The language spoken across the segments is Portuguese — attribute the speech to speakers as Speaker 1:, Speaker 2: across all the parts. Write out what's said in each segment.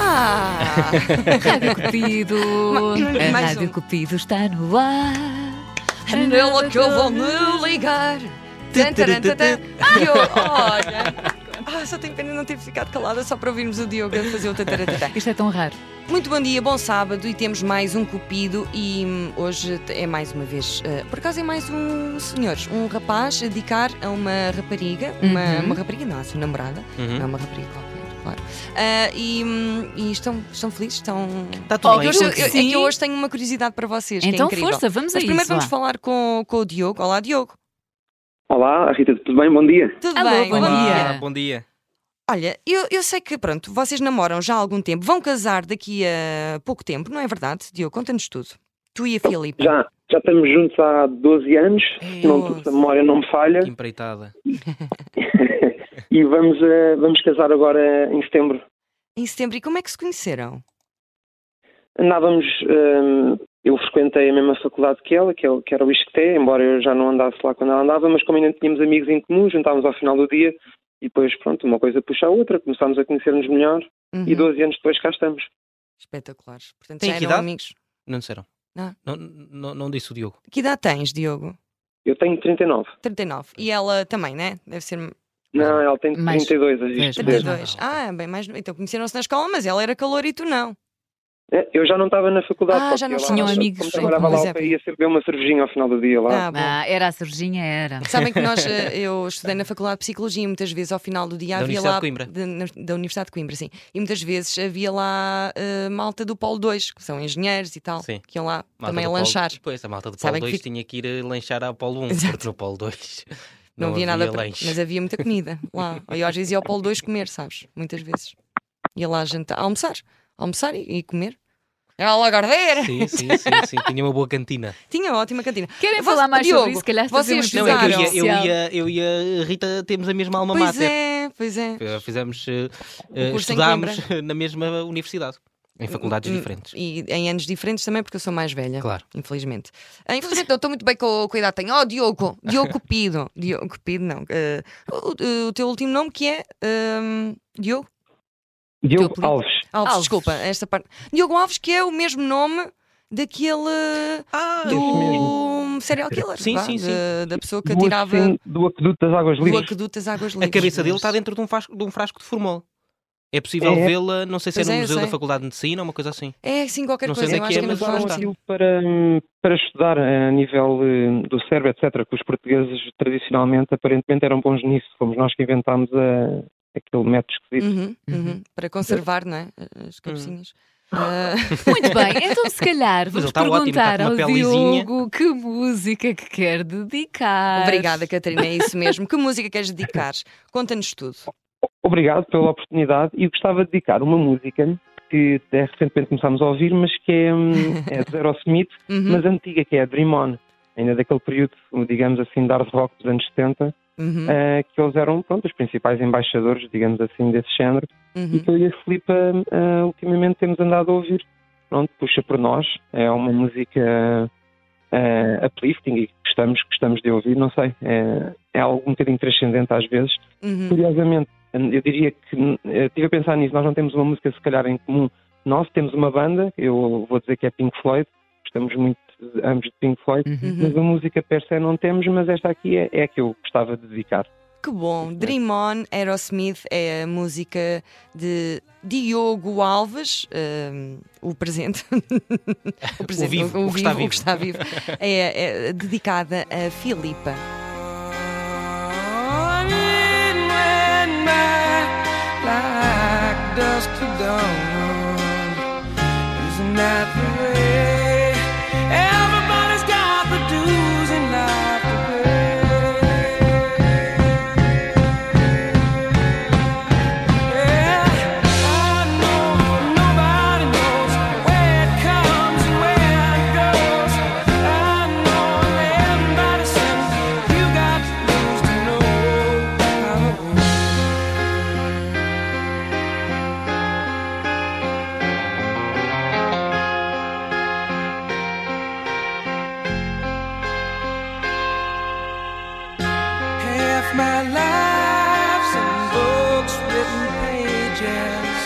Speaker 1: Ah,
Speaker 2: Rádio Cupido.
Speaker 1: Ma-
Speaker 2: a
Speaker 1: mais
Speaker 2: Rádio
Speaker 1: um.
Speaker 2: Cupido está no ar.
Speaker 1: É nela que eu vou me ligar. Tan, taran, tan, tan. E eu, olha. Ah, só tenho pena de não ter ficado calada só para ouvirmos o Diogo a fazer o tataratata.
Speaker 2: Isto é tão raro.
Speaker 1: Muito bom dia, bom sábado e temos mais um Cupido e hum, hoje é mais uma vez, eh, por acaso é mais um senhor, um rapaz a dedicar a uma rapariga, uma,
Speaker 2: Uhum.
Speaker 1: uma rapariga, não, a sua namorada,
Speaker 3: Uhum.
Speaker 1: não é uma rapariga qualquer, claro. Ah, e hum, e estão, estão felizes? Estão.
Speaker 3: Está Tá tudo
Speaker 2: Oh,
Speaker 3: bem.
Speaker 2: que
Speaker 1: Eu, eu,
Speaker 2: que
Speaker 1: é
Speaker 2: sim.
Speaker 1: que eu hoje tenho uma curiosidade para vocês. que é
Speaker 2: então,
Speaker 1: incrível.
Speaker 2: força, vamos
Speaker 1: Mas
Speaker 2: a
Speaker 1: primeiro
Speaker 2: isso.
Speaker 1: vamos
Speaker 2: vá.
Speaker 1: falar com, com o Diogo. Olá, Diogo.
Speaker 4: Olá, Rita, tudo bem? Bom dia.
Speaker 1: Tudo
Speaker 2: Alô,
Speaker 1: bem?
Speaker 2: bom
Speaker 3: Olá,
Speaker 2: dia.
Speaker 3: Bom dia.
Speaker 1: Olha, eu, eu sei que, pronto, vocês namoram já há algum tempo, vão casar daqui a pouco tempo, não é verdade? Diogo, conta-nos tudo. Tu e a Filipe.
Speaker 4: Já, já estamos juntos há 12 anos, se, não,
Speaker 1: Nossa.
Speaker 4: se a memória não me falha,
Speaker 3: Que empreitada.
Speaker 4: e vamos, eh, vamos casar agora em setembro.
Speaker 1: Em setembro. E como é que se conheceram?
Speaker 4: Andávamos, eh, eu frequentei a mesma faculdade que ela, que, é o- que era o ISCTE, embora eu já não andasse lá quando ela andava, mas como ainda tínhamos amigos em comum, juntávamos ao final do dia, e depois, pronto, uma coisa puxa a outra, começámos a conhecer-nos melhor, e
Speaker 1: Uhum.
Speaker 4: 12 anos depois cá estamos.
Speaker 1: Espetaculares. Portanto,
Speaker 3: Tem
Speaker 1: já
Speaker 3: que
Speaker 1: eram
Speaker 3: idade?
Speaker 1: amigos.
Speaker 3: Não disseram.
Speaker 1: Não.
Speaker 3: Não, não, não disse o Diogo.
Speaker 1: Que idade tens, Diogo?
Speaker 4: Eu tenho 39.
Speaker 1: 39. E ela também, né? Deve ser
Speaker 4: Não, ela tem
Speaker 2: Mais-
Speaker 4: 32, a
Speaker 2: mais-
Speaker 4: isto
Speaker 2: Pois,
Speaker 4: mesmo.
Speaker 1: 32.
Speaker 3: não, não.
Speaker 1: Ah, bem mais. Então conheceram-se na escola, mas ela era calor e tu não.
Speaker 4: É, Eu já não estava na faculdade.
Speaker 1: Ah,
Speaker 4: só
Speaker 1: já
Speaker 4: que
Speaker 1: não
Speaker 4: eu lá-
Speaker 2: tinham
Speaker 4: só-
Speaker 2: amigos
Speaker 4: Como trabalhava
Speaker 1: em comum,
Speaker 4: lá,
Speaker 1: Zé.
Speaker 4: eu ia sempre beber uma cervejinha ao final do dia lá.
Speaker 1: Ah, bom.
Speaker 2: Ah, era a Serginha, era.
Speaker 1: Sabem que nós, eh, eu estudei na Faculdade de Psicologia e muitas vezes ao final do dia
Speaker 3: Da
Speaker 1: havia
Speaker 3: Universidade
Speaker 1: lá.
Speaker 3: de Coimbra.
Speaker 1: de- na- da Universidade de Coimbra, sim. E muitas vezes havia lá eh, malta do Polo 2, que são engenheiros e tal,
Speaker 3: Sim.
Speaker 1: que iam lá
Speaker 3: Malta
Speaker 1: também
Speaker 3: do
Speaker 1: a
Speaker 3: Polo-
Speaker 1: lanchar.
Speaker 3: Pois, a malta do Polo
Speaker 1: Sabem que
Speaker 3: 2
Speaker 1: fica-
Speaker 3: tinha que ir eh, lanchar ao Polo 1,
Speaker 1: Exato.
Speaker 3: porque no Polo 2
Speaker 1: Não,
Speaker 3: não,
Speaker 1: havia nada, para-
Speaker 3: lanche.
Speaker 1: mas havia muita comida lá. E às vezes ia ao Polo 2 comer, sabes? Muitas vezes. Ia lá jantar, almoçar, almoçar e, e comer. Era lá guardeira!
Speaker 3: Sim, sim, sim, sim. Tinha uma boa cantina.
Speaker 1: Tinha ótima cantina.
Speaker 2: Querem
Speaker 1: Vós-
Speaker 2: falar mais
Speaker 1: Diogo,
Speaker 2: sobre isso? Se calhar fazer
Speaker 1: vocês
Speaker 2: um
Speaker 3: Não, é que eu
Speaker 2: episódio
Speaker 3: ia, eu
Speaker 2: especial.
Speaker 3: ia, eu ia- Rita, temos a mesma alma
Speaker 1: pois
Speaker 3: mater.
Speaker 1: é, pois é.
Speaker 3: Eh, Fizemos, eh, eh,
Speaker 1: em
Speaker 3: estudámos na mesma universidade, em faculdades
Speaker 1: Hum,
Speaker 3: diferentes.
Speaker 1: E em anos diferentes também, porque eu sou mais velha.
Speaker 3: Claro.
Speaker 1: Infelizmente. Ah, Infelizmente, não estou muito bem com, com a idade que tenho. Oh, Diogo! Diogo Cupido. Diogo Cupido, não. Eh, o, o teu último nome que é. ehm, Diogo?
Speaker 4: Diogo
Speaker 2: Diogo
Speaker 4: Alves.
Speaker 1: Alves,
Speaker 2: Alves.
Speaker 1: desculpa, esta parte. Diogo Alves, que é o mesmo nome daquele.
Speaker 3: Ah,
Speaker 1: do serial killer.
Speaker 3: Sim,
Speaker 1: vá,
Speaker 3: sim, sim.
Speaker 1: de- da pessoa que
Speaker 4: do
Speaker 1: atirava
Speaker 4: assassino do aqueduto das águas
Speaker 1: do
Speaker 4: livres.
Speaker 1: aqueduto das águas
Speaker 3: A
Speaker 1: livres.
Speaker 3: cabeça dele está dentro de um, frasco, de um frasco de formol. É possível
Speaker 4: É.
Speaker 3: vê-la, não sei se
Speaker 1: Pois
Speaker 3: é
Speaker 1: é,
Speaker 3: no
Speaker 1: eu
Speaker 3: Museu
Speaker 1: sei.
Speaker 3: da Faculdade de Medicina ou uma coisa assim.
Speaker 1: É assim, qualquer
Speaker 3: Não sei
Speaker 1: coisa.
Speaker 3: onde é
Speaker 1: Eu
Speaker 3: que
Speaker 1: acho
Speaker 3: é,
Speaker 1: que é
Speaker 3: mas
Speaker 1: muito
Speaker 3: lá
Speaker 4: usaram
Speaker 3: está.
Speaker 4: aquilo para, hum, para estudar a nível hum, do cérebro, etc., que os portugueses tradicionalmente aparentemente eram bons nisso. Fomos nós que inventámos a- aquele método esquisito.
Speaker 1: Uhum, uhum. Para conservar, não é?
Speaker 3: Uhum.
Speaker 1: As cabecinhas. Ah,
Speaker 2: Muito bem, então se calhar
Speaker 3: ele
Speaker 2: vamos
Speaker 3: está ótimo, está
Speaker 2: perguntar
Speaker 3: com uma
Speaker 2: ao
Speaker 3: pelezinha.
Speaker 2: Diogo que música que quer dedicar.
Speaker 1: Obrigada, Catarina, é isso mesmo. Que música queres dedicar? Conta-nos tudo. Hum.
Speaker 4: Obrigado pela oportunidade e gostava de dedicar uma música que até recentemente começámos a ouvir, mas que é, hum, é de Aerosmith,
Speaker 1: Uhum,
Speaker 4: mas antiga, que é a Dream On. Ainda daquele período, digamos assim, de hard rock dos anos 70,
Speaker 1: uhum,
Speaker 4: eh, que eles eram pronto, os principais embaixadores, digamos assim, desse género. e
Speaker 1: uhum.
Speaker 4: que eu e a Filipa ah, ultimamente temos andado a ouvir. Pronto, puxa por nós, é uma música ah, uplifting e que gostamos, gostamos de ouvir, não sei, é, é algo um bocadinho transcendente às vezes.
Speaker 1: uhum.
Speaker 4: Curiosamente, eu diria que, hum, eu estive a pensar nisso, nós não temos uma música se calhar em comum, nós temos uma banda, eu vou dizer que é Pink Floyd, gostamos muito de- ambos de Pink Floyd,
Speaker 2: Uhum.
Speaker 1: Uhum.
Speaker 4: mas a música per se não temos, mas esta aqui é, é a que eu gostava de dedicar.
Speaker 1: Que bom. Dream On, Aerosmith é a música de Diogo Alves, hum, o presente. o
Speaker 3: vivo, o que está
Speaker 1: o que está vivo. É, é dedicada a Filipa.
Speaker 5: like dusk to dawn. Isn't that the way? Everybody's got the dues in life to pay. Yeah, I know nobody knows where it comes and where it goes. I know everybody says you got dues to know how it goes. Half my life's in books, written pages,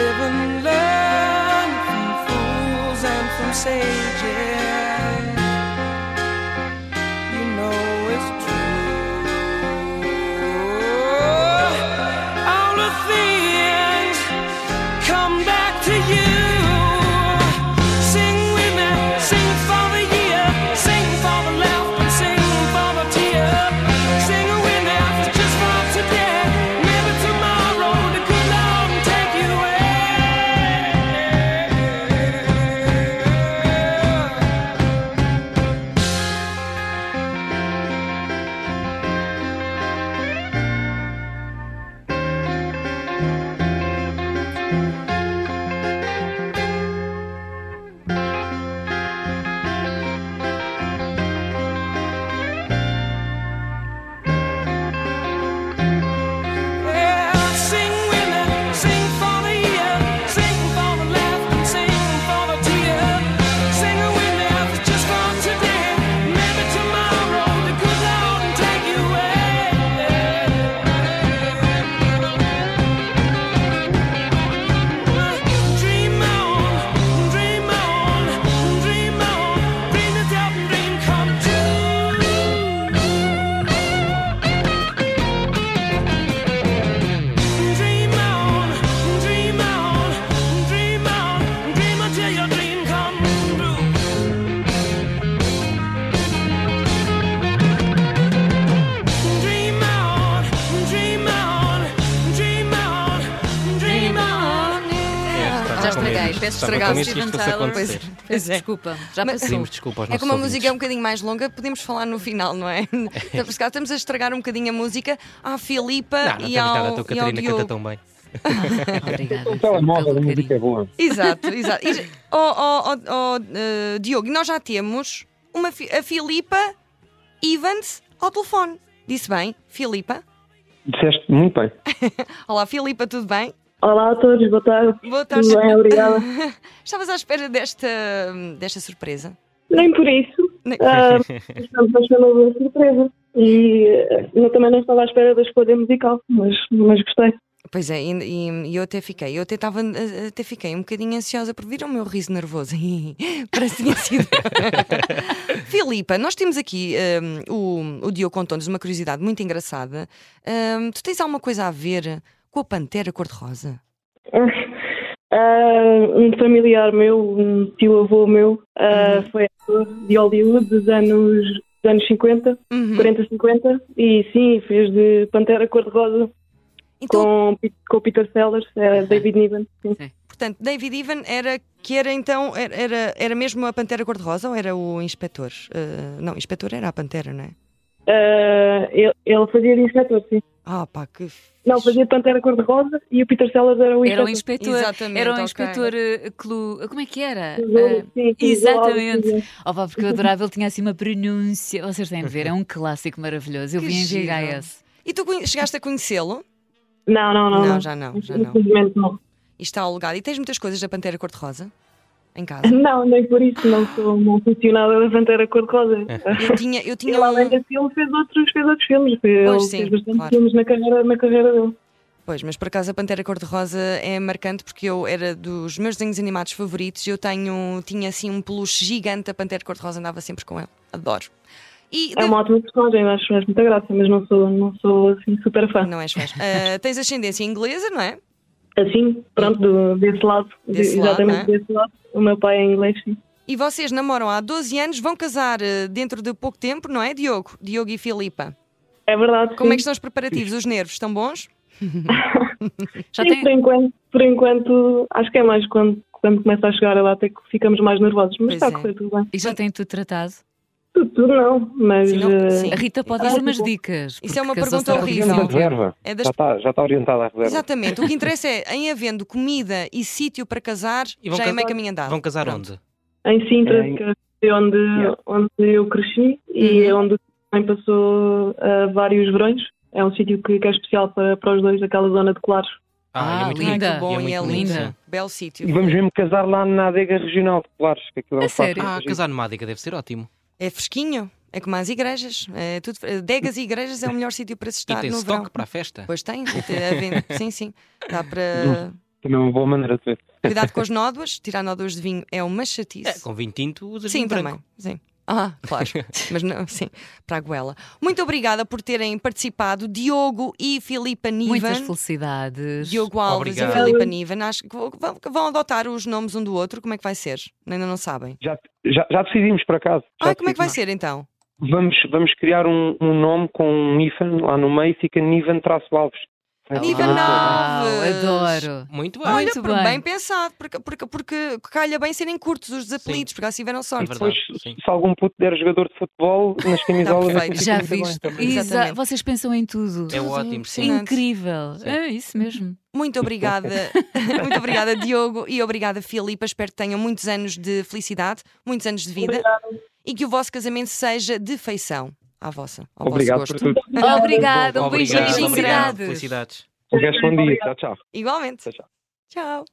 Speaker 5: living love. messages. You know it's true. All the things come back to you. Sing with me, sing for the year, sing for the laugh, and sing for the tear. Sing with me, just for today. Maybe tomorrow the good Lord will take you away. Yeah, sing with me, sing for the year, sing for the laughter, sing for the tear. Sing with me, just for today. Maybe tomorrow the good Lord will take you away. Dream on, dream on, dream on, dream the dream come true. Dream on, dream on, dream on, dream until your dream come true. Dream on, dream on, dream on, dream on.
Speaker 3: Tá,
Speaker 1: Já estraguei,
Speaker 3: estragaste,
Speaker 1: peço estragado.
Speaker 3: Steven
Speaker 2: Steven
Speaker 3: Tyler.
Speaker 2: Tyler.
Speaker 1: Pois é.
Speaker 2: Peço desculpa, já
Speaker 1: Mas-
Speaker 2: passou.
Speaker 3: Pedimos desculpa aos
Speaker 1: É
Speaker 3: nossos
Speaker 1: como a
Speaker 3: ouvintes.
Speaker 1: música é um bocadinho mais longa, podemos falar no final, não é? Então, se calhar Estamos a estragar um bocadinho a música à Filipa
Speaker 3: Não, não
Speaker 1: e
Speaker 3: temos
Speaker 1: ao,
Speaker 3: nada, a
Speaker 1: um
Speaker 3: tua
Speaker 1: e ao
Speaker 3: Catarina
Speaker 1: Diogo.
Speaker 3: canta tão bem.
Speaker 2: Obrigada.
Speaker 4: O telemóvel, a
Speaker 2: pelo
Speaker 4: música é
Speaker 2: carinho.
Speaker 4: boa.
Speaker 1: Exato, exato. E- Oh, oh, oh, oh, eh, Diogo, e nós já temos uma, fi- a Filipa Evans ao telefone. Disse bem, Filipa.
Speaker 4: Disseste muito bem.
Speaker 1: É Olá, Filipa, tudo bem?
Speaker 6: Olá a todos, boa tarde.
Speaker 1: Boa tarde.
Speaker 6: Tudo bem, obrigada.
Speaker 1: Estavas à espera desta, desta surpresa?
Speaker 6: Nem por isso.
Speaker 1: Nem-
Speaker 6: Ah, estamos à espera da surpresa. E ah, eu também não estava à espera da escolha musical, mas, mas gostei.
Speaker 1: Pois é, e, e- e eu até fiquei, eu até, tava, eh, até fiquei um bocadinho ansiosa por vir o meu riso nervoso. Parece que tinha sido. Filipa, nós temos aqui ehm, o, o Diogo contou-nos uma curiosidade muito engraçada. Ehm, tu tens alguma coisa a ver com a pantera cor-de-rosa?
Speaker 6: Ah, um familiar meu, um tio-avô meu, ah, foi ator de Hollywood dos anos, dos anos 50,
Speaker 1: Uhum.
Speaker 6: 40, 50, e sim, fez de Pantera Cor-de-Rosa
Speaker 1: Então,
Speaker 6: com, Pit- com o Peter Sellers, era David Niven. Sim.
Speaker 1: portanto, David Even era que era então, era, era, era mesmo a pantera cor-de-rosa ou era o inspetor? Eh, não, inspetor era a pantera, não é?
Speaker 6: Ah, ele, ele fazia de inspetor, sim.
Speaker 1: Ah, pá, que.
Speaker 6: Não,
Speaker 1: fixe.
Speaker 6: fazia de Pantera Cor-de-Rosa e o Peter Sellers era o
Speaker 2: Era um
Speaker 6: inspetor.
Speaker 2: inspetor.
Speaker 1: Exatamente,
Speaker 2: Era um
Speaker 1: ok.
Speaker 2: inspetor eh, clu- Como é que era?
Speaker 6: Tesouro,
Speaker 2: Ah,
Speaker 6: sim, sim,
Speaker 2: exatamente.
Speaker 6: igual, sim.
Speaker 2: Oh, pá, porque eu adorava, ele tinha assim uma pronúncia. Vocês têm de ver, é um clássico maravilhoso. Eu
Speaker 1: Que
Speaker 2: vi em
Speaker 1: giro.
Speaker 2: VHS.
Speaker 1: E tu conhe- chegaste a conhecê-lo?
Speaker 6: Não, não, não.
Speaker 1: Não,
Speaker 6: não.
Speaker 1: já não, já não.
Speaker 6: Infelizmente não.
Speaker 1: E está alugado. E tens muitas coisas da Pantera Cor-de-Rosa em casa?
Speaker 6: Não, nem por isso, não sou uma aficionada da Pantera Cor-de-Rosa.
Speaker 1: Eu tinha, eu
Speaker 6: Ele,
Speaker 1: tinha
Speaker 6: além
Speaker 1: um...
Speaker 6: desse filme, fez outros, fez outros filmes. Ele
Speaker 1: sim,
Speaker 6: fez bastante
Speaker 1: claro.
Speaker 6: filmes na carreira, na carreira dele.
Speaker 1: Pois, mas por acaso a Pantera Cor-de-Rosa é marcante porque eu era dos meus desenhos animados favoritos. Eu tenho, tinha assim um peluche gigante da Pantera Cor-de-Rosa, andava sempre com ele. Adoro. E
Speaker 6: É uma ótima personagem, acho mesmo muita graça, mas não sou, não sou assim, super fã.
Speaker 1: Não és fã. Ah, tens ascendência inglesa, não é?
Speaker 6: Assim, pronto, do- desse lado,
Speaker 1: Desse
Speaker 6: de-
Speaker 1: lado,
Speaker 6: exatamente
Speaker 1: não
Speaker 6: desse lado, o meu pai é inglês, sim.
Speaker 1: E vocês namoram há 12 anos, vão casar ah, dentro de pouco tempo, não é, Diogo? Diogo e Filipa.
Speaker 6: É verdade.
Speaker 1: Como
Speaker 6: sim.
Speaker 1: é que estão os preparativos? Os nervos estão bons?
Speaker 2: Já
Speaker 6: Sim,
Speaker 2: tem.
Speaker 6: por, enquanto, por enquanto, acho que é mais quando, quando começa a chegar a data é que ficamos mais nervosos, mas
Speaker 1: Pois
Speaker 6: está a
Speaker 1: é.
Speaker 6: correr tudo bem.
Speaker 2: E já tem tudo tratado?
Speaker 6: Tudo, tudo não, mas.
Speaker 1: Sim, não-
Speaker 6: eh,
Speaker 1: sim.
Speaker 2: A Rita pode
Speaker 1: Isso
Speaker 2: dar
Speaker 1: é
Speaker 2: umas
Speaker 6: bom.
Speaker 2: dicas.
Speaker 1: Isso é uma
Speaker 2: porque casou-se
Speaker 1: pergunta
Speaker 2: há pouco
Speaker 1: horrível.
Speaker 2: tempo.
Speaker 4: Orientando a reserva.
Speaker 1: É das
Speaker 4: Já está, já está orientada à reserva.
Speaker 1: Exatamente. O que interessa é, em havendo comida e sítio para casar,
Speaker 3: E vão
Speaker 1: já é meio
Speaker 3: casar?
Speaker 1: caminho andado.
Speaker 3: Vão casar
Speaker 1: Pronto.
Speaker 3: onde?
Speaker 6: em Sintra,
Speaker 4: Em-
Speaker 6: que é onde,
Speaker 4: Yeah.
Speaker 6: onde eu cresci
Speaker 1: Uhum.
Speaker 6: e é onde também passou ah, vários verões. É um sítio que, que é especial para, para os dois, aquela zona de Claros.
Speaker 3: e
Speaker 2: Ah,
Speaker 3: é muito
Speaker 1: Ai,
Speaker 2: linda.
Speaker 1: que bom, e é,
Speaker 3: muito
Speaker 1: lindo.
Speaker 2: linda.
Speaker 1: Belo
Speaker 4: E
Speaker 1: sítio.
Speaker 4: vamos mesmo casar lá na adega regional de Claros. Que aquilo é um
Speaker 2: A sério?
Speaker 3: Ah,
Speaker 4: clássico.
Speaker 3: casar nomadica deve ser ótimo.
Speaker 1: É fresquinho, é como as igrejas. É tudo... Degas e igrejas é o melhor sítio para se
Speaker 3: E
Speaker 1: estar
Speaker 3: tem
Speaker 1: no
Speaker 3: estoque
Speaker 1: verão.
Speaker 3: para a festa?
Speaker 1: Pois tem, tem a venda. sim, sim. Dá para.
Speaker 4: Também é uma boa maneira de ver.
Speaker 1: Cuidado com as nódoas, tirar nódoas de vinho é uma chatice.
Speaker 3: É, com vinho tinto usas
Speaker 1: Sim,
Speaker 3: vinho branco.
Speaker 1: também. Sim. Ah, claro. Mas não, sim, para a goela. Muito obrigada por terem participado, Diogo e Filipa
Speaker 2: Muitas
Speaker 1: Niven.
Speaker 2: felicidades.
Speaker 1: Diogo Alves
Speaker 3: Obrigado.
Speaker 1: e Filipa Niven. Acho que vão, vão- vão adotar os nomes um do outro. Como é que vai ser? Ainda não sabem.
Speaker 4: Já, já, já decidimos, por acaso. Já
Speaker 1: Ah, como é que vai
Speaker 4: decidimos.
Speaker 1: ser então?
Speaker 4: Vamos, vamos criar um, um nome com um Niven lá no meio, fica Niven-Alves. É
Speaker 1: Niven
Speaker 2: Uau,
Speaker 1: Alves.
Speaker 2: Adoro.
Speaker 3: Muito bem.
Speaker 2: Olha,
Speaker 1: Olha,
Speaker 2: bem.
Speaker 1: bem. pensado, porque, porque, porque calha bem serem curtos os apelidos, porque assim tiveram
Speaker 3: É
Speaker 1: sorte.
Speaker 3: verdade,
Speaker 4: Pois,
Speaker 3: sim.
Speaker 4: se algum puto der jogador de futebol, nas camisolas...
Speaker 1: Tá
Speaker 4: assim
Speaker 1: perfeito.
Speaker 4: fica
Speaker 2: Já
Speaker 4: muito bem.
Speaker 1: viste?
Speaker 4: Também.
Speaker 1: Exatamente.
Speaker 2: Exa vocês pensam em tudo.
Speaker 3: É ótimo.
Speaker 1: impressionante.
Speaker 2: Incrível. É isso mesmo.
Speaker 1: Muito obrigada, muito obrigada, Diogo, e obrigada, Filipa. Espero que tenham muitos anos de felicidade, muitos anos de vida e que o vosso casamento seja de feição à vossa, ao
Speaker 4: Obrigado
Speaker 1: vosso
Speaker 4: por
Speaker 1: gosto.
Speaker 4: tudo.
Speaker 2: Obrigada. Um beijinho.
Speaker 3: Obrigado,
Speaker 2: e
Speaker 3: obrigado.
Speaker 2: felicidades.
Speaker 3: Felicidades.
Speaker 4: Um resto bom dia. Tchau, tchau.
Speaker 1: Igualmente.
Speaker 4: Tchau, tchau.
Speaker 1: Tchau.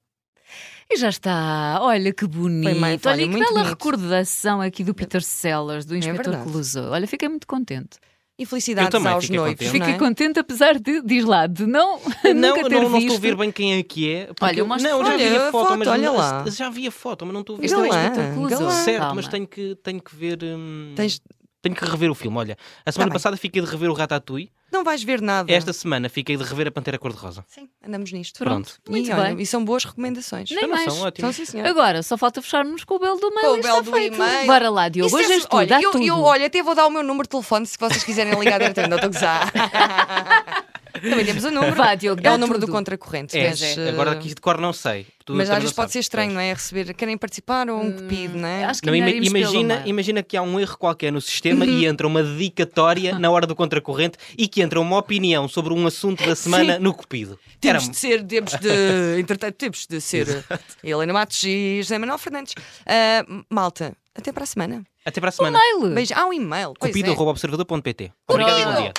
Speaker 2: E já está. Olha que bonito.
Speaker 1: Foi mais-
Speaker 2: Olha
Speaker 1: olha,
Speaker 2: e que
Speaker 1: muito
Speaker 2: bela
Speaker 1: bonito. É.
Speaker 2: recordação aqui do Peter Sellers, do Inspetor
Speaker 1: verdade.
Speaker 2: Clouseau. Olha, fiquei muito contente.
Speaker 1: E felicidades
Speaker 3: também
Speaker 1: aos
Speaker 3: fiquei
Speaker 1: noivos.
Speaker 3: contente.
Speaker 1: não é?
Speaker 2: Fiquei contente, apesar de, diz lá, de não,
Speaker 3: Não,
Speaker 2: nunca ter
Speaker 3: não, não
Speaker 2: visto.
Speaker 3: estou a ver bem quem é que é. porque
Speaker 2: Olha, eu
Speaker 3: eu
Speaker 2: mostro
Speaker 3: não, já
Speaker 1: foto.
Speaker 3: vi
Speaker 1: Olha,
Speaker 3: a foto,
Speaker 1: foto,
Speaker 3: mas
Speaker 1: olha
Speaker 3: não-
Speaker 1: lá.
Speaker 3: Já vi a foto, mas não estou a ver.
Speaker 2: Este é o
Speaker 1: Galã,
Speaker 2: Inspetor Clouseau.
Speaker 1: galã.
Speaker 3: Certo,
Speaker 2: Calma.
Speaker 3: mas tenho que, tenho que ver. hum,
Speaker 1: Tens- Tá
Speaker 3: Tenho que rever o filme. Olha, a semana
Speaker 1: bem.
Speaker 3: passada fiquei de rever o Ratatouille.
Speaker 1: Não vais ver nada.
Speaker 3: Esta semana fiquei de rever a Pantera Cor-de-Rosa.
Speaker 1: Sim, andamos nisto.
Speaker 3: Pronto.
Speaker 2: Muito
Speaker 1: e, olha,
Speaker 2: bem.
Speaker 1: e são boas recomendações.
Speaker 2: Nem
Speaker 3: Então não
Speaker 2: mais.
Speaker 3: são ótimos.
Speaker 1: Então, sim, senhora.
Speaker 2: Agora, só falta fecharmos com o belo do mail.
Speaker 1: Com o
Speaker 2: e
Speaker 1: belo
Speaker 2: está
Speaker 1: do
Speaker 2: feito.
Speaker 1: e-mail.
Speaker 2: Bora lá, Diogo.
Speaker 1: Isso
Speaker 2: Hoje
Speaker 1: é-
Speaker 2: és tu,
Speaker 1: olha,
Speaker 2: dá
Speaker 1: eu,
Speaker 2: tudo.
Speaker 1: eu, olha, até vou dar o meu número de telefone se vocês quiserem ligar diretamente. Não estou a gozar. Também temos o número.
Speaker 2: Vá, Diogo,
Speaker 1: é
Speaker 2: dá
Speaker 1: o número
Speaker 2: tudo.
Speaker 1: do contracorrente.
Speaker 3: É,
Speaker 1: mas, eh,
Speaker 3: agora aqui de cor não sei. Tu
Speaker 1: Mas às
Speaker 3: também
Speaker 1: vezes
Speaker 3: não
Speaker 1: pode
Speaker 3: sabes.
Speaker 1: ser estranho, não é? Receber, querem participar ou um pedido, não é?
Speaker 2: Acho que
Speaker 3: Não,
Speaker 2: melhor
Speaker 3: ima-
Speaker 2: irmos pelo
Speaker 3: imagina,
Speaker 2: mar.
Speaker 3: imagina que há um erro qualquer no sistema
Speaker 1: Uhum.
Speaker 3: e entra uma dedicatória na hora do contracorrente e que entra uma opinião sobre um assunto da semana no Cupido. Era-
Speaker 1: Temos de ser, temos de, entretanto, temos de ser eh, Helena Matos e José Manuel Fernandes. Ah, malta, até para a semana.
Speaker 3: Até para a semana.
Speaker 2: Mail.
Speaker 1: Beijo. Ah, um e-mail. Pois é.
Speaker 3: Cupido.observador.pt. Obrigado e bom dia.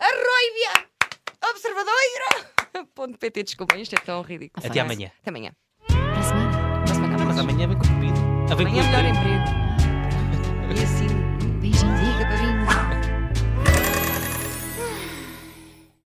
Speaker 1: Arroibia! Observadoira! Ponto PT, desculpem, isto é tão ridículo.
Speaker 3: Até amanhã.
Speaker 1: Até amanhã.
Speaker 2: Para a semana.
Speaker 1: Até semana.
Speaker 3: Mas amanhã vem com Cupido. Ah, vem com
Speaker 1: Amanhã é melhor
Speaker 3: emprego.
Speaker 1: emprego. E assim.